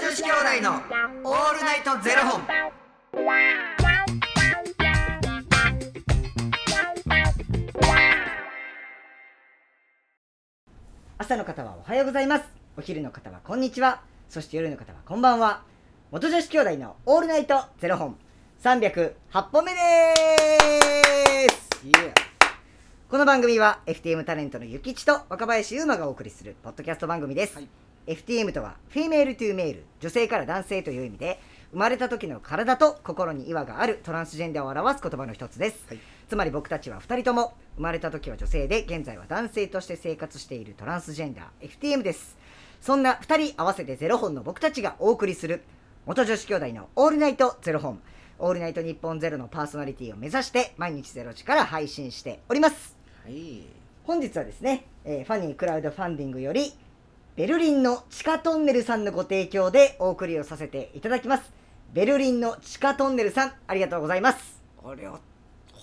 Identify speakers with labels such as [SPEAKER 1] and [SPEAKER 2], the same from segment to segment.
[SPEAKER 1] 子兄弟のオールナイトゼロ本。
[SPEAKER 2] 朝の方はおはようございますお昼の方はこんにちはそして夜の方はこんばんは元女子兄弟のオールナイトゼロ本308本目です、この番組は FTM タレントのゆきちと若林優馬がお送りするポッドキャスト番組です、
[SPEAKER 1] はい
[SPEAKER 2] FTM とはフィメールトゥーメール女性から男性という意味で生まれた時の体と心に違和があるトランスジェンダーを表す言葉の一つです、
[SPEAKER 1] はい
[SPEAKER 2] つまり僕たちは2人とも生まれた時は女性で現在は男性として生活しているトランスジェンダー FTM ですそんな2人合わせてゼロ本の僕たちがお送りする元女子兄弟の「オールナイトゼロ本」「オールナイト日本ゼロのパーソナリティを目指して毎日ゼロ時から配信しております
[SPEAKER 1] はい。
[SPEAKER 2] 本日はですね、えーファニークラウドファンディングよりベルリンの地下トンネルさんのご提供でお送りをさせていただきますベルリンの地下トンネルさんありがとうございます
[SPEAKER 1] あれは、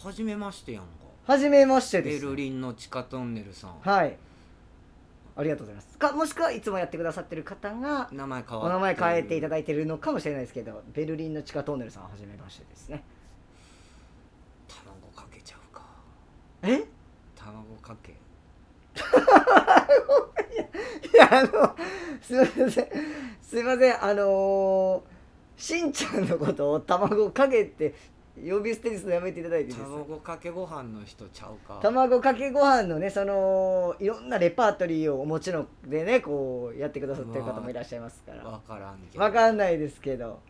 [SPEAKER 1] 初めましてやんか。
[SPEAKER 2] はじめましてで
[SPEAKER 1] ベ
[SPEAKER 2] す
[SPEAKER 1] ルリンの地下トンネルさん。
[SPEAKER 2] はいありがとうございますかもしくはいつもやってくださってる方が
[SPEAKER 1] 名前変わ
[SPEAKER 2] お名前変えていただ
[SPEAKER 1] い
[SPEAKER 2] いてるのかもしれないですけどベルリンの地下トンネルさんはじめましてですね
[SPEAKER 1] 卵かけちゃうか。
[SPEAKER 2] え
[SPEAKER 1] 卵かけ。
[SPEAKER 2] い やあのすいませんすいませんあのー、しんちゃんのことを卵かけって呼び捨てにするのやめていただいていいですか
[SPEAKER 1] 卵かけご飯の人ちゃうか。
[SPEAKER 2] 卵かけご飯のねそのいろんなレパートリーをお持ちのでねこうやってくださってる方もいらっしゃいますから
[SPEAKER 1] わからんけど。
[SPEAKER 2] わかんないですけど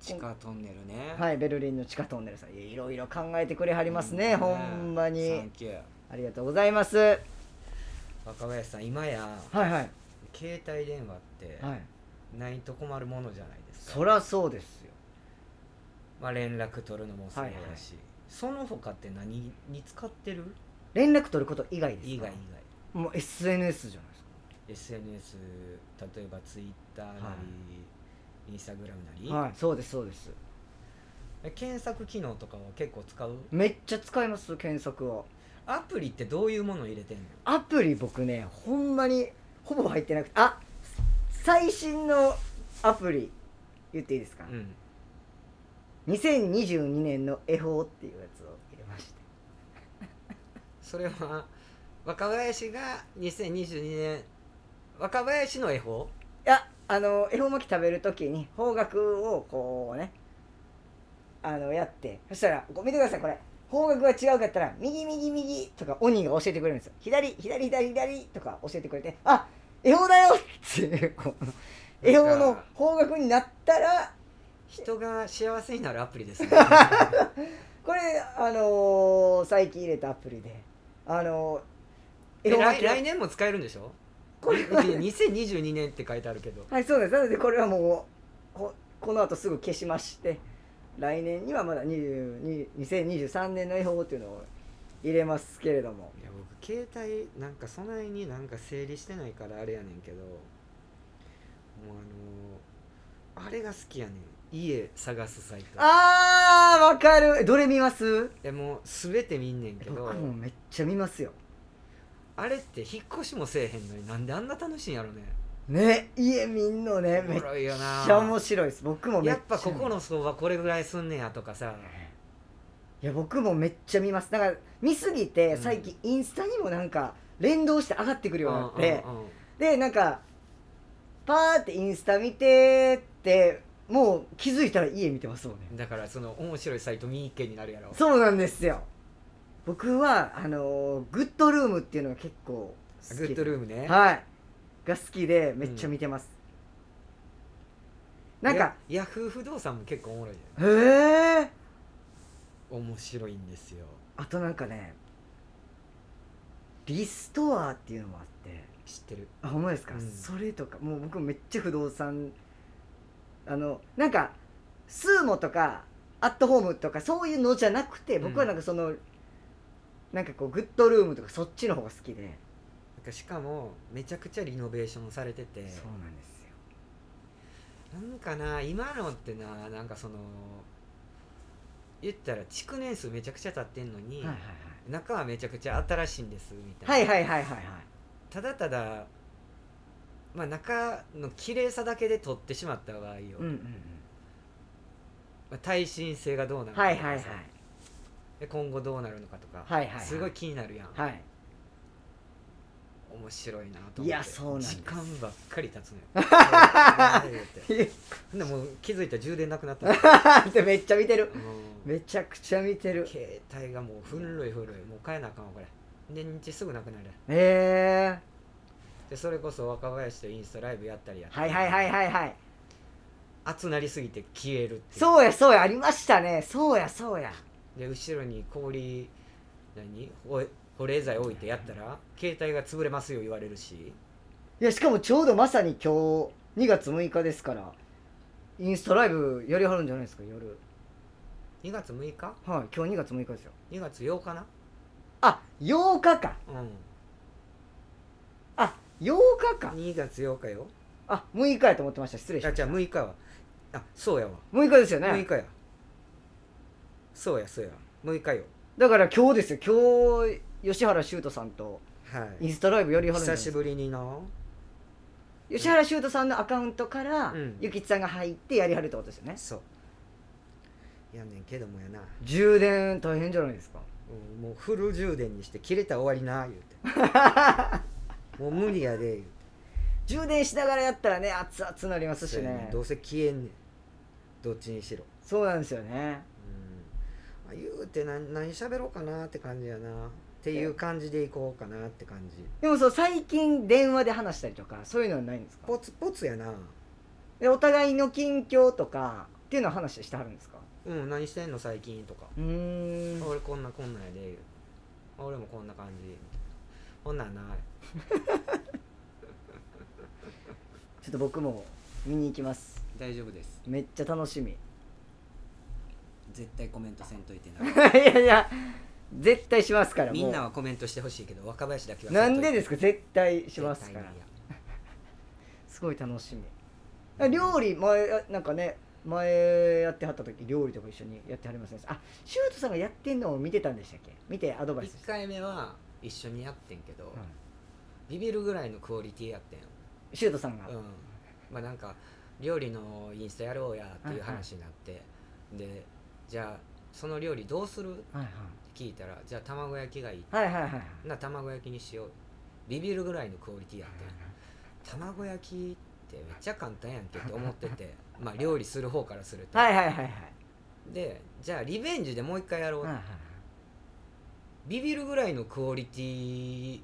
[SPEAKER 1] 地下トンネルね。い。
[SPEAKER 2] はいベルリンの地下トンネルさんいやいろいろ考えてくれはりますね、ほんま
[SPEAKER 1] サン
[SPEAKER 2] に
[SPEAKER 1] キュー
[SPEAKER 2] ありがとうございますはい
[SPEAKER 1] 若林さん、今や、
[SPEAKER 2] はい
[SPEAKER 1] 携帯電話って、
[SPEAKER 2] はい
[SPEAKER 1] ないと困るものじゃないですか。
[SPEAKER 2] そりゃそうですよ
[SPEAKER 1] まあ、連絡取るのもそうだし、
[SPEAKER 2] はいはい
[SPEAKER 1] その他って何に使ってる
[SPEAKER 2] 連絡取ること以外ですか
[SPEAKER 1] 以外以外
[SPEAKER 2] もう SNS じゃないですか
[SPEAKER 1] SNS 例えば Twitter なり、
[SPEAKER 2] は
[SPEAKER 1] Instagram なり、
[SPEAKER 2] はい、そうですそうです
[SPEAKER 1] 検索機能とかは結構使う
[SPEAKER 2] めっちゃ使います検索を
[SPEAKER 1] アプリってどういうもの入れてんの
[SPEAKER 2] アプリ僕ねほんまにほぼ入ってなくてあ最新のアプリ言っていいですか、
[SPEAKER 1] うん
[SPEAKER 2] 2022年の恵方っていうやつを入れました
[SPEAKER 1] それは若林が2022年若林の恵方
[SPEAKER 2] いやあの恵方巻き食べる時に方角をこうねあのやってそしたらこう見てくださいこれ方角が違うかったら右右右とか鬼が教えてくれるんですよ左左左左とか教えてくれてあ恵方だよっていうこう恵方の方角になったら
[SPEAKER 1] 人が幸せになるアプリで すね
[SPEAKER 2] これあのー最近入れたアプリであのー
[SPEAKER 1] え
[SPEAKER 2] 恵方
[SPEAKER 1] 来
[SPEAKER 2] 巻き
[SPEAKER 1] 来年も使えるんでしょ
[SPEAKER 2] これは
[SPEAKER 1] 2022年って書いてあるけど
[SPEAKER 2] はいそうですなのでこれはもうここの後すぐ消しまして来年にはまだ20 2023年の恵方っていうのを入れますけれども
[SPEAKER 1] いや僕携帯なんかそないになんか整理してないからあれやねんけどもうあのーあれが好きやねん家探すサイト
[SPEAKER 2] あーわかるえどれ見ます
[SPEAKER 1] でもう全て見んねんけど
[SPEAKER 2] 僕もめっちゃ見ますよ
[SPEAKER 1] あれって引っ越しもせえへんのになんであんな楽しいんやろね
[SPEAKER 2] ね家見んのね
[SPEAKER 1] お
[SPEAKER 2] め
[SPEAKER 1] も
[SPEAKER 2] っ
[SPEAKER 1] ろいよな
[SPEAKER 2] ちゃ面白いです僕もめっ
[SPEAKER 1] やっ
[SPEAKER 2] ちゃ
[SPEAKER 1] ぱここの相場これぐらいすんねやとかさ
[SPEAKER 2] いや僕もめっちゃ見ますだから見すぎて
[SPEAKER 1] うん
[SPEAKER 2] 最近インスタにもなんか連動して上がってくるようになって、
[SPEAKER 1] うんうんうん
[SPEAKER 2] でなんかパーってインスタ見てってもう気づいたら家見てますもんね
[SPEAKER 1] だからその面白いサイト見っけになるやろ
[SPEAKER 2] そうなんですよ僕はあのーグッドルームっていうのが結構好き
[SPEAKER 1] グ
[SPEAKER 2] で
[SPEAKER 1] ッドルームね
[SPEAKER 2] はいが好きでめっちゃ見てます、なんか
[SPEAKER 1] ヤヤフー不動産も結構おもろいじ
[SPEAKER 2] へえ
[SPEAKER 1] ゃん面白いんですよ
[SPEAKER 2] あとなんかねリストアっていうのもあって
[SPEAKER 1] 知ってる
[SPEAKER 2] あほんまですか、
[SPEAKER 1] うん
[SPEAKER 2] それとかもう僕めっちゃ不動産あのなんかスーモとかアットホームとかそういうのじゃなくて
[SPEAKER 1] うん
[SPEAKER 2] 僕はなんかその、なんかこうグッドルームとかそっちの方が好きで、
[SPEAKER 1] なんかしかもめちゃくちゃリノベーションされて
[SPEAKER 2] そ
[SPEAKER 1] て
[SPEAKER 2] うなんですよ
[SPEAKER 1] なんかな今のってななんかその言ったら築年数めちゃくちゃ経ってんのに、
[SPEAKER 2] はい
[SPEAKER 1] 中はめちゃくちゃ新しいんですみたいな、
[SPEAKER 2] はいはいはいはいはいはい
[SPEAKER 1] ただただまあ、中の綺麗さだけで取ってしまった場合を、
[SPEAKER 2] うんうん
[SPEAKER 1] まあ、耐震性がどうな
[SPEAKER 2] う
[SPEAKER 1] る
[SPEAKER 2] ん
[SPEAKER 1] のか
[SPEAKER 2] は
[SPEAKER 1] と
[SPEAKER 2] い
[SPEAKER 1] か
[SPEAKER 2] はいはい
[SPEAKER 1] さで今後どうなるのかとか、
[SPEAKER 2] はいはいはい
[SPEAKER 1] すごい気になるやん、
[SPEAKER 2] はい
[SPEAKER 1] 面白いなと思って
[SPEAKER 2] いやそうなんです
[SPEAKER 1] 時間ばっかり経 つのよはい言うてほんでもう気づいたら充電なくなったの
[SPEAKER 2] でめっちゃ見てる
[SPEAKER 1] うん
[SPEAKER 2] めちゃくちゃ見てる
[SPEAKER 1] 携帯がもう古い古いもう変えなあかんわこれで日すぐなくなる
[SPEAKER 2] へえ
[SPEAKER 1] でそれこそ若林とインスタライブやったりやった
[SPEAKER 2] は
[SPEAKER 1] り
[SPEAKER 2] いはいはいはいはい
[SPEAKER 1] 熱なりすぎて消えるっていう
[SPEAKER 2] そうやそうやありましたねそうやそうや
[SPEAKER 1] で後ろに氷何保保冷剤置いてやったら携帯が潰れますよ言われるし
[SPEAKER 2] いやしかもちょうどまさに今日2月6日ですからインスタライブやりはるんじゃないですか夜
[SPEAKER 1] 2月6日
[SPEAKER 2] はい今日2月6日ですよ
[SPEAKER 1] 2月8日な
[SPEAKER 2] あ8日か
[SPEAKER 1] うん
[SPEAKER 2] あ8日か
[SPEAKER 1] 2月8日よ
[SPEAKER 2] あ6日やと思ってました失礼し
[SPEAKER 1] あ
[SPEAKER 2] まし
[SPEAKER 1] じ
[SPEAKER 2] た
[SPEAKER 1] ゃあ
[SPEAKER 2] 6
[SPEAKER 1] 6日はあそうやわ
[SPEAKER 2] 日ですよ
[SPEAKER 1] 6
[SPEAKER 2] ね
[SPEAKER 1] 日やそうやそうや6日よ
[SPEAKER 2] だから今日ですよ今日吉原修斗さんと
[SPEAKER 1] は
[SPEAKER 2] イ
[SPEAKER 1] い
[SPEAKER 2] ンスタライブやりはるんじゃな
[SPEAKER 1] 久
[SPEAKER 2] いで
[SPEAKER 1] し
[SPEAKER 2] すか
[SPEAKER 1] ぶりにな
[SPEAKER 2] 吉原修斗さんのアカウントから、
[SPEAKER 1] うん
[SPEAKER 2] ゆきちさんが入ってやりはるってことですよね
[SPEAKER 1] そうやねんけどもやな、
[SPEAKER 2] 充電大変じゃないですか
[SPEAKER 1] うんもうフル充電にして切れたら終わりな言う てもう無理やで言うて
[SPEAKER 2] 充電しながらやったらね熱々なりますし
[SPEAKER 1] そうや
[SPEAKER 2] ね
[SPEAKER 1] ねんどうせ消えんねんどっちにしろ
[SPEAKER 2] そうなんですよね
[SPEAKER 1] うん、まあ、言うて何何喋ろうかなって感じやなっていう感じでいこうかなって感じ
[SPEAKER 2] でもそう最近電話で話したりとかそういうのはないんですか
[SPEAKER 1] ポツポツやな
[SPEAKER 2] でお互いの近況とかっていうのは話してはるんですか
[SPEAKER 1] うん何してんの最近とか、
[SPEAKER 2] うーん
[SPEAKER 1] 俺こんなこんなんやで言うてあ俺もこんな感じほんなんな
[SPEAKER 2] ちょっと僕も見に行きます
[SPEAKER 3] 大丈夫です
[SPEAKER 2] めっちゃ楽しみ い
[SPEAKER 3] 絶対コメントせんといてな
[SPEAKER 2] やいや絶対しますからもう
[SPEAKER 1] みんなはコメントしてほしいけど若林だけは
[SPEAKER 2] なんでです
[SPEAKER 1] か
[SPEAKER 2] か絶対しますからすごい楽しみあ料理前あなんかね前やってはった時料理とか一緒にやってはりますねあシュートさんがやってんのを見てたんでしたっけ見てアドバイスし
[SPEAKER 1] 1
[SPEAKER 2] た
[SPEAKER 1] 回目は一緒にやってんけど、
[SPEAKER 2] ん
[SPEAKER 1] ビビるぐらいのクオリティやってん
[SPEAKER 2] シュートさんが、
[SPEAKER 1] うん、まあなんか料理のインスタやろうやっていう話になって、でじゃあその料理どうするって
[SPEAKER 2] はい
[SPEAKER 1] 聞いたらじゃあ卵焼きがいい
[SPEAKER 2] はいはいはいはいはい
[SPEAKER 1] な卵焼きにしようビビるぐらいのクオリティや って卵焼きってめっちゃ簡単やんけって思っててまあ料理する方からすると、
[SPEAKER 2] はいはいはいはい
[SPEAKER 1] でじゃあリベンジでもう一回やろう、
[SPEAKER 2] はいはい
[SPEAKER 1] ビビるぐらいのクオリティ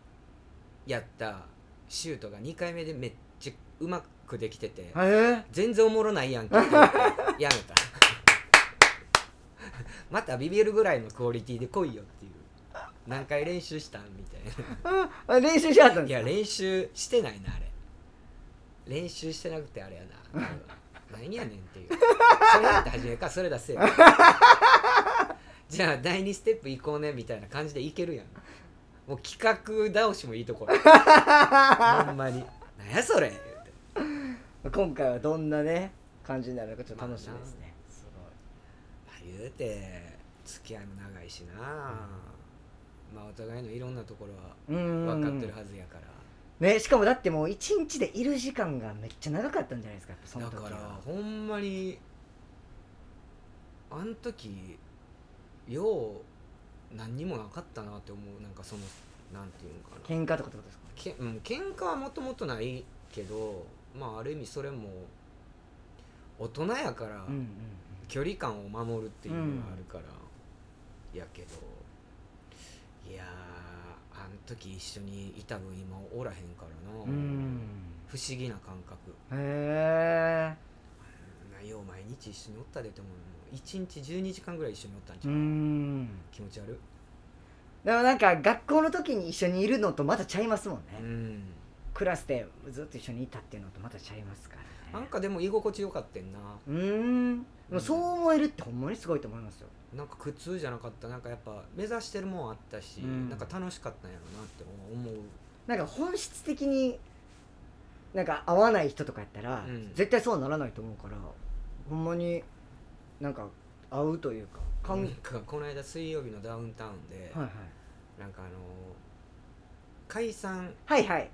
[SPEAKER 1] やったシュートが2回目でめっちゃうまくできてて、
[SPEAKER 2] はいえー
[SPEAKER 1] 全然おもろないやん けって言ってやめた またビビるぐらいのクオリティで来いよっていう何回練習したんみたい
[SPEAKER 2] あ練習しはったん
[SPEAKER 1] な
[SPEAKER 2] で
[SPEAKER 1] い
[SPEAKER 2] すか
[SPEAKER 1] や練習してないなあれ練習してなくてあれやな 何やねんっていうそれだって初めからそれだせえじゃあ第2ステップ行こうねみたいな感じでいけるやんもう企画倒しもいいところほんまに何やそれ言うて
[SPEAKER 2] 今回はどんなね感じになるのかちょっと楽しみですね、す
[SPEAKER 1] まあ、言うて付き合いも長いしな、まあお互いのいろんなところは
[SPEAKER 2] ごいうん
[SPEAKER 1] 分かってるはずやから、
[SPEAKER 2] ねしかもだってもう一日でいる時間がめっちゃ長かったんじゃないですかやっぱその
[SPEAKER 1] だ
[SPEAKER 2] 時
[SPEAKER 1] か
[SPEAKER 2] は
[SPEAKER 1] らほんまにあん時よう何にもなかったなって思うなんかそのなんていうんかな
[SPEAKER 2] 喧嘩とかってことですか
[SPEAKER 1] け、うん、喧嘩はもともとないけどまあある意味それも大人やから、
[SPEAKER 2] うんうん
[SPEAKER 1] 距離感を守るっていうのがあるから、やけどいやーあの時一緒にいた分今おらへんからな、
[SPEAKER 2] うんうん
[SPEAKER 1] 不思議な感覚
[SPEAKER 2] へ
[SPEAKER 1] あんなよう毎日一緒におったでって思うもう1日12時間ぐらい一緒におったん
[SPEAKER 2] えう
[SPEAKER 1] ちゃう、
[SPEAKER 2] ん
[SPEAKER 1] 気持ち悪い
[SPEAKER 2] でもなんか学校の時に一緒にいるのとまたちゃいますもんね、
[SPEAKER 1] うん
[SPEAKER 2] クラスでずっと一緒にいたっていうのとまたちゃいますから
[SPEAKER 1] なん
[SPEAKER 2] ね
[SPEAKER 1] かでも居心地よかったんな
[SPEAKER 2] うーんでもそう思えるってほんまにすごいと思いますよ
[SPEAKER 1] なんか苦痛じゃなかったなんかやっぱ目指してるもんあったし、
[SPEAKER 2] うん
[SPEAKER 1] なんか楽しかったんやろなって思う
[SPEAKER 2] なんか本質的になんか合わない人とかやったら、
[SPEAKER 1] うん
[SPEAKER 2] 絶対そうならないと思うからほんまになんか合うというかかん、
[SPEAKER 1] なん
[SPEAKER 2] はい
[SPEAKER 1] かこの間水曜日のダウンタウンで、
[SPEAKER 2] はい
[SPEAKER 1] なんかあの解散
[SPEAKER 2] はいはい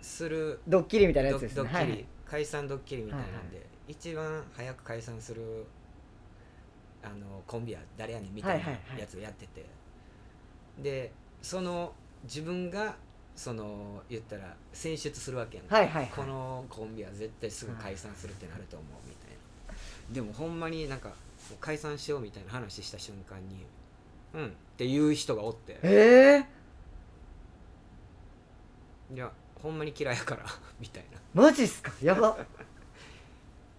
[SPEAKER 1] する
[SPEAKER 2] ドッキリみたいなや
[SPEAKER 1] ド
[SPEAKER 2] つです
[SPEAKER 1] ド
[SPEAKER 2] ね
[SPEAKER 1] ッキ
[SPEAKER 2] はい
[SPEAKER 1] リ、
[SPEAKER 2] はい
[SPEAKER 1] 解散ドッキリみたいなんで、
[SPEAKER 2] はいはい
[SPEAKER 1] 一番早く解散するあのコンビは誰やねんみ
[SPEAKER 2] は
[SPEAKER 1] た
[SPEAKER 2] い
[SPEAKER 1] い
[SPEAKER 2] はいはい
[SPEAKER 1] なやつをやってて、でその自分がその言ったら選出するわけやんか、
[SPEAKER 2] はいはい
[SPEAKER 1] このコンビは絶対すぐ解散するってなると思うみたいな、でもほんまになんかもう解散しようみたいな話した瞬間にうんっていう人がおって
[SPEAKER 2] えー、
[SPEAKER 1] いやほんまに嫌いやから みたいな
[SPEAKER 2] マジっすかやば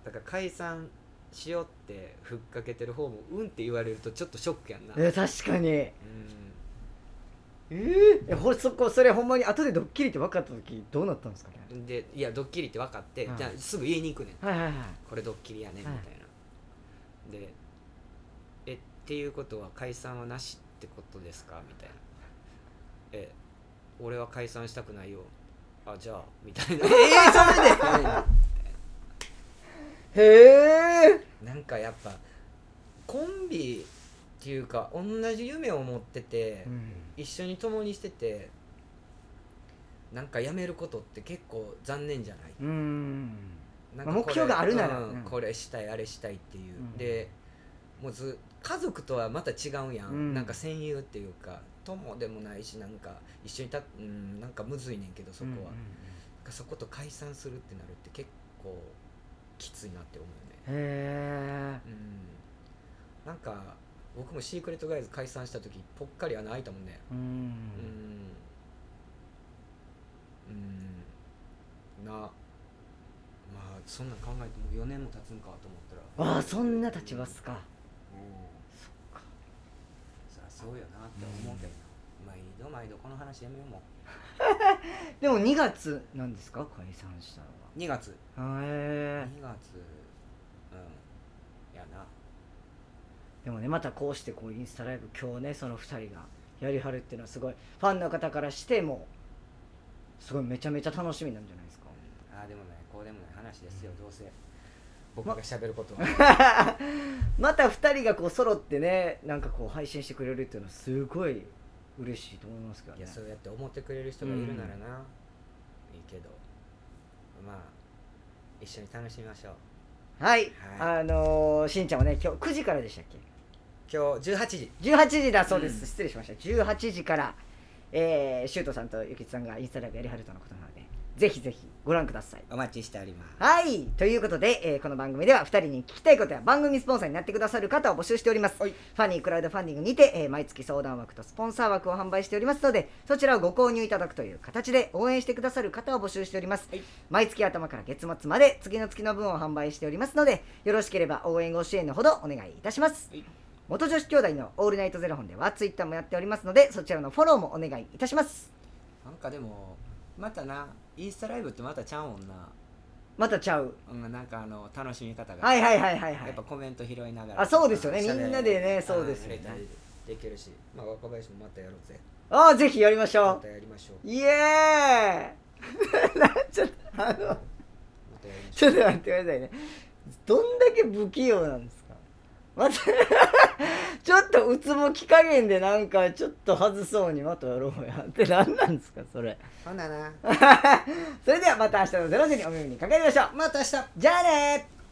[SPEAKER 1] だから解散しようってふっかけてる方もうんって言われるとちょっとショックやんな、
[SPEAKER 2] えー確かにえ
[SPEAKER 1] うん
[SPEAKER 2] ーえほそこそれほんまに後でドッキリって分かった時どうなったんですかね
[SPEAKER 1] でいやドッキリって分かって、
[SPEAKER 2] うん
[SPEAKER 1] じゃあすぐ言いに行くねん
[SPEAKER 2] はいはいはい
[SPEAKER 1] これドッキリやねみたいな、でえっていうことは解散はなしってことですかみたいなえ俺は解散したくないよあじゃあみたいな
[SPEAKER 3] えそれですか
[SPEAKER 2] へえ
[SPEAKER 1] なんかやっぱコンビっていうか同じ夢を持ってて、一緒に共にしててなんかやめることって結構残念じゃない
[SPEAKER 2] うん、うん、
[SPEAKER 1] なん
[SPEAKER 2] まあ目標があるなら
[SPEAKER 1] これ,、
[SPEAKER 2] うん
[SPEAKER 1] これしたいあれしたいっていう、
[SPEAKER 2] うん
[SPEAKER 1] でもうず家族とはまた違うやん、
[SPEAKER 2] うん
[SPEAKER 1] なんか戦友っていうか友でもないしなんか一緒にたうんなんかむずいねんけどそこは、
[SPEAKER 2] うんうん
[SPEAKER 1] なんかそこと解散するってなるって結構きついなって思
[SPEAKER 2] う
[SPEAKER 1] う
[SPEAKER 2] んへ
[SPEAKER 1] よねうんなんか僕もシークレットガイズ解散した時ぽっかり穴開いたもんね
[SPEAKER 2] えうん
[SPEAKER 1] うんうんなまあそんなん考えても4年も経つんかと思ったら
[SPEAKER 2] ああそんな立ちますか
[SPEAKER 1] そっかそりゃそうよなって思うけどな毎度毎度この話やめようも
[SPEAKER 2] でも2月なんですか解散したの
[SPEAKER 1] う2月
[SPEAKER 2] はへえ
[SPEAKER 1] 2月うんやな
[SPEAKER 2] でもねまたこうしてこうインスタライブ今日ねその2人がやりはるっていうのはすごいファンの方からしてもすごいめちゃめちゃ楽しみなんじゃないですか
[SPEAKER 1] ああでもないこうでもない話ですよどうせ僕が喋る ことは
[SPEAKER 2] また2人がこう揃ってねなんかこう配信してくれるっていうのはすごい嬉しいと思いますけど
[SPEAKER 1] い
[SPEAKER 2] ね
[SPEAKER 1] やそうやって思ってくれる人がいるならな、いいけどまあ一緒に楽しみましょう
[SPEAKER 2] はい、
[SPEAKER 1] は
[SPEAKER 2] あのーしんちゃんはね今日9時からでしたっけ
[SPEAKER 1] 今日18時
[SPEAKER 2] 18時だそうです、
[SPEAKER 1] うん
[SPEAKER 2] 失礼しました18時から、えー、シュートさんとゆきつさんがインスタライブやりはるとのことなのでぜひぜひご覧ください
[SPEAKER 3] お待ちしております
[SPEAKER 2] はいということで、えーこの番組では2人に聞きたいことや番組スポンサーになってくださる方を募集しております、ファニークラウドファンディングにて、えー毎月相談枠とスポンサー枠を販売しておりますのでそちらをご購入いただくという形で応援してくださる方を募集しております、毎月頭から月末まで次の月の分を販売しておりますのでよろしければ応援ご支援のほどお願いいたします、
[SPEAKER 1] はい
[SPEAKER 2] 元女子兄弟のオールナイトゼロ本ではツイッターもやっておりますのでそちらのフォローもお願いいたします
[SPEAKER 1] なんかでもまたなインスタライブってまたちゃうもんな、
[SPEAKER 2] またちゃう
[SPEAKER 1] うん、なんかあの楽しみ方が、
[SPEAKER 2] はいはいはいはいはい
[SPEAKER 1] やっぱコメント拾いながら
[SPEAKER 2] あそうですよね
[SPEAKER 1] 喋れ
[SPEAKER 2] みんなでねそうですよね
[SPEAKER 1] あーやれたりできるしまあ若林もまたやろうぜ
[SPEAKER 2] ああぜひやりまし
[SPEAKER 1] ま
[SPEAKER 2] ょ
[SPEAKER 1] たやりましょう
[SPEAKER 2] うイエーイ なちょっとあの
[SPEAKER 1] またやりまし
[SPEAKER 2] ちょっと待ってくださいねどんだけ不器用なんですかまた ちょっとうつむき加減でなんかちょっと外そうにまたやろうやって何なんですかそれ
[SPEAKER 1] ょうほんならな
[SPEAKER 2] それではまた明日の0時にお耳にかかりましょうまた明日じゃあねー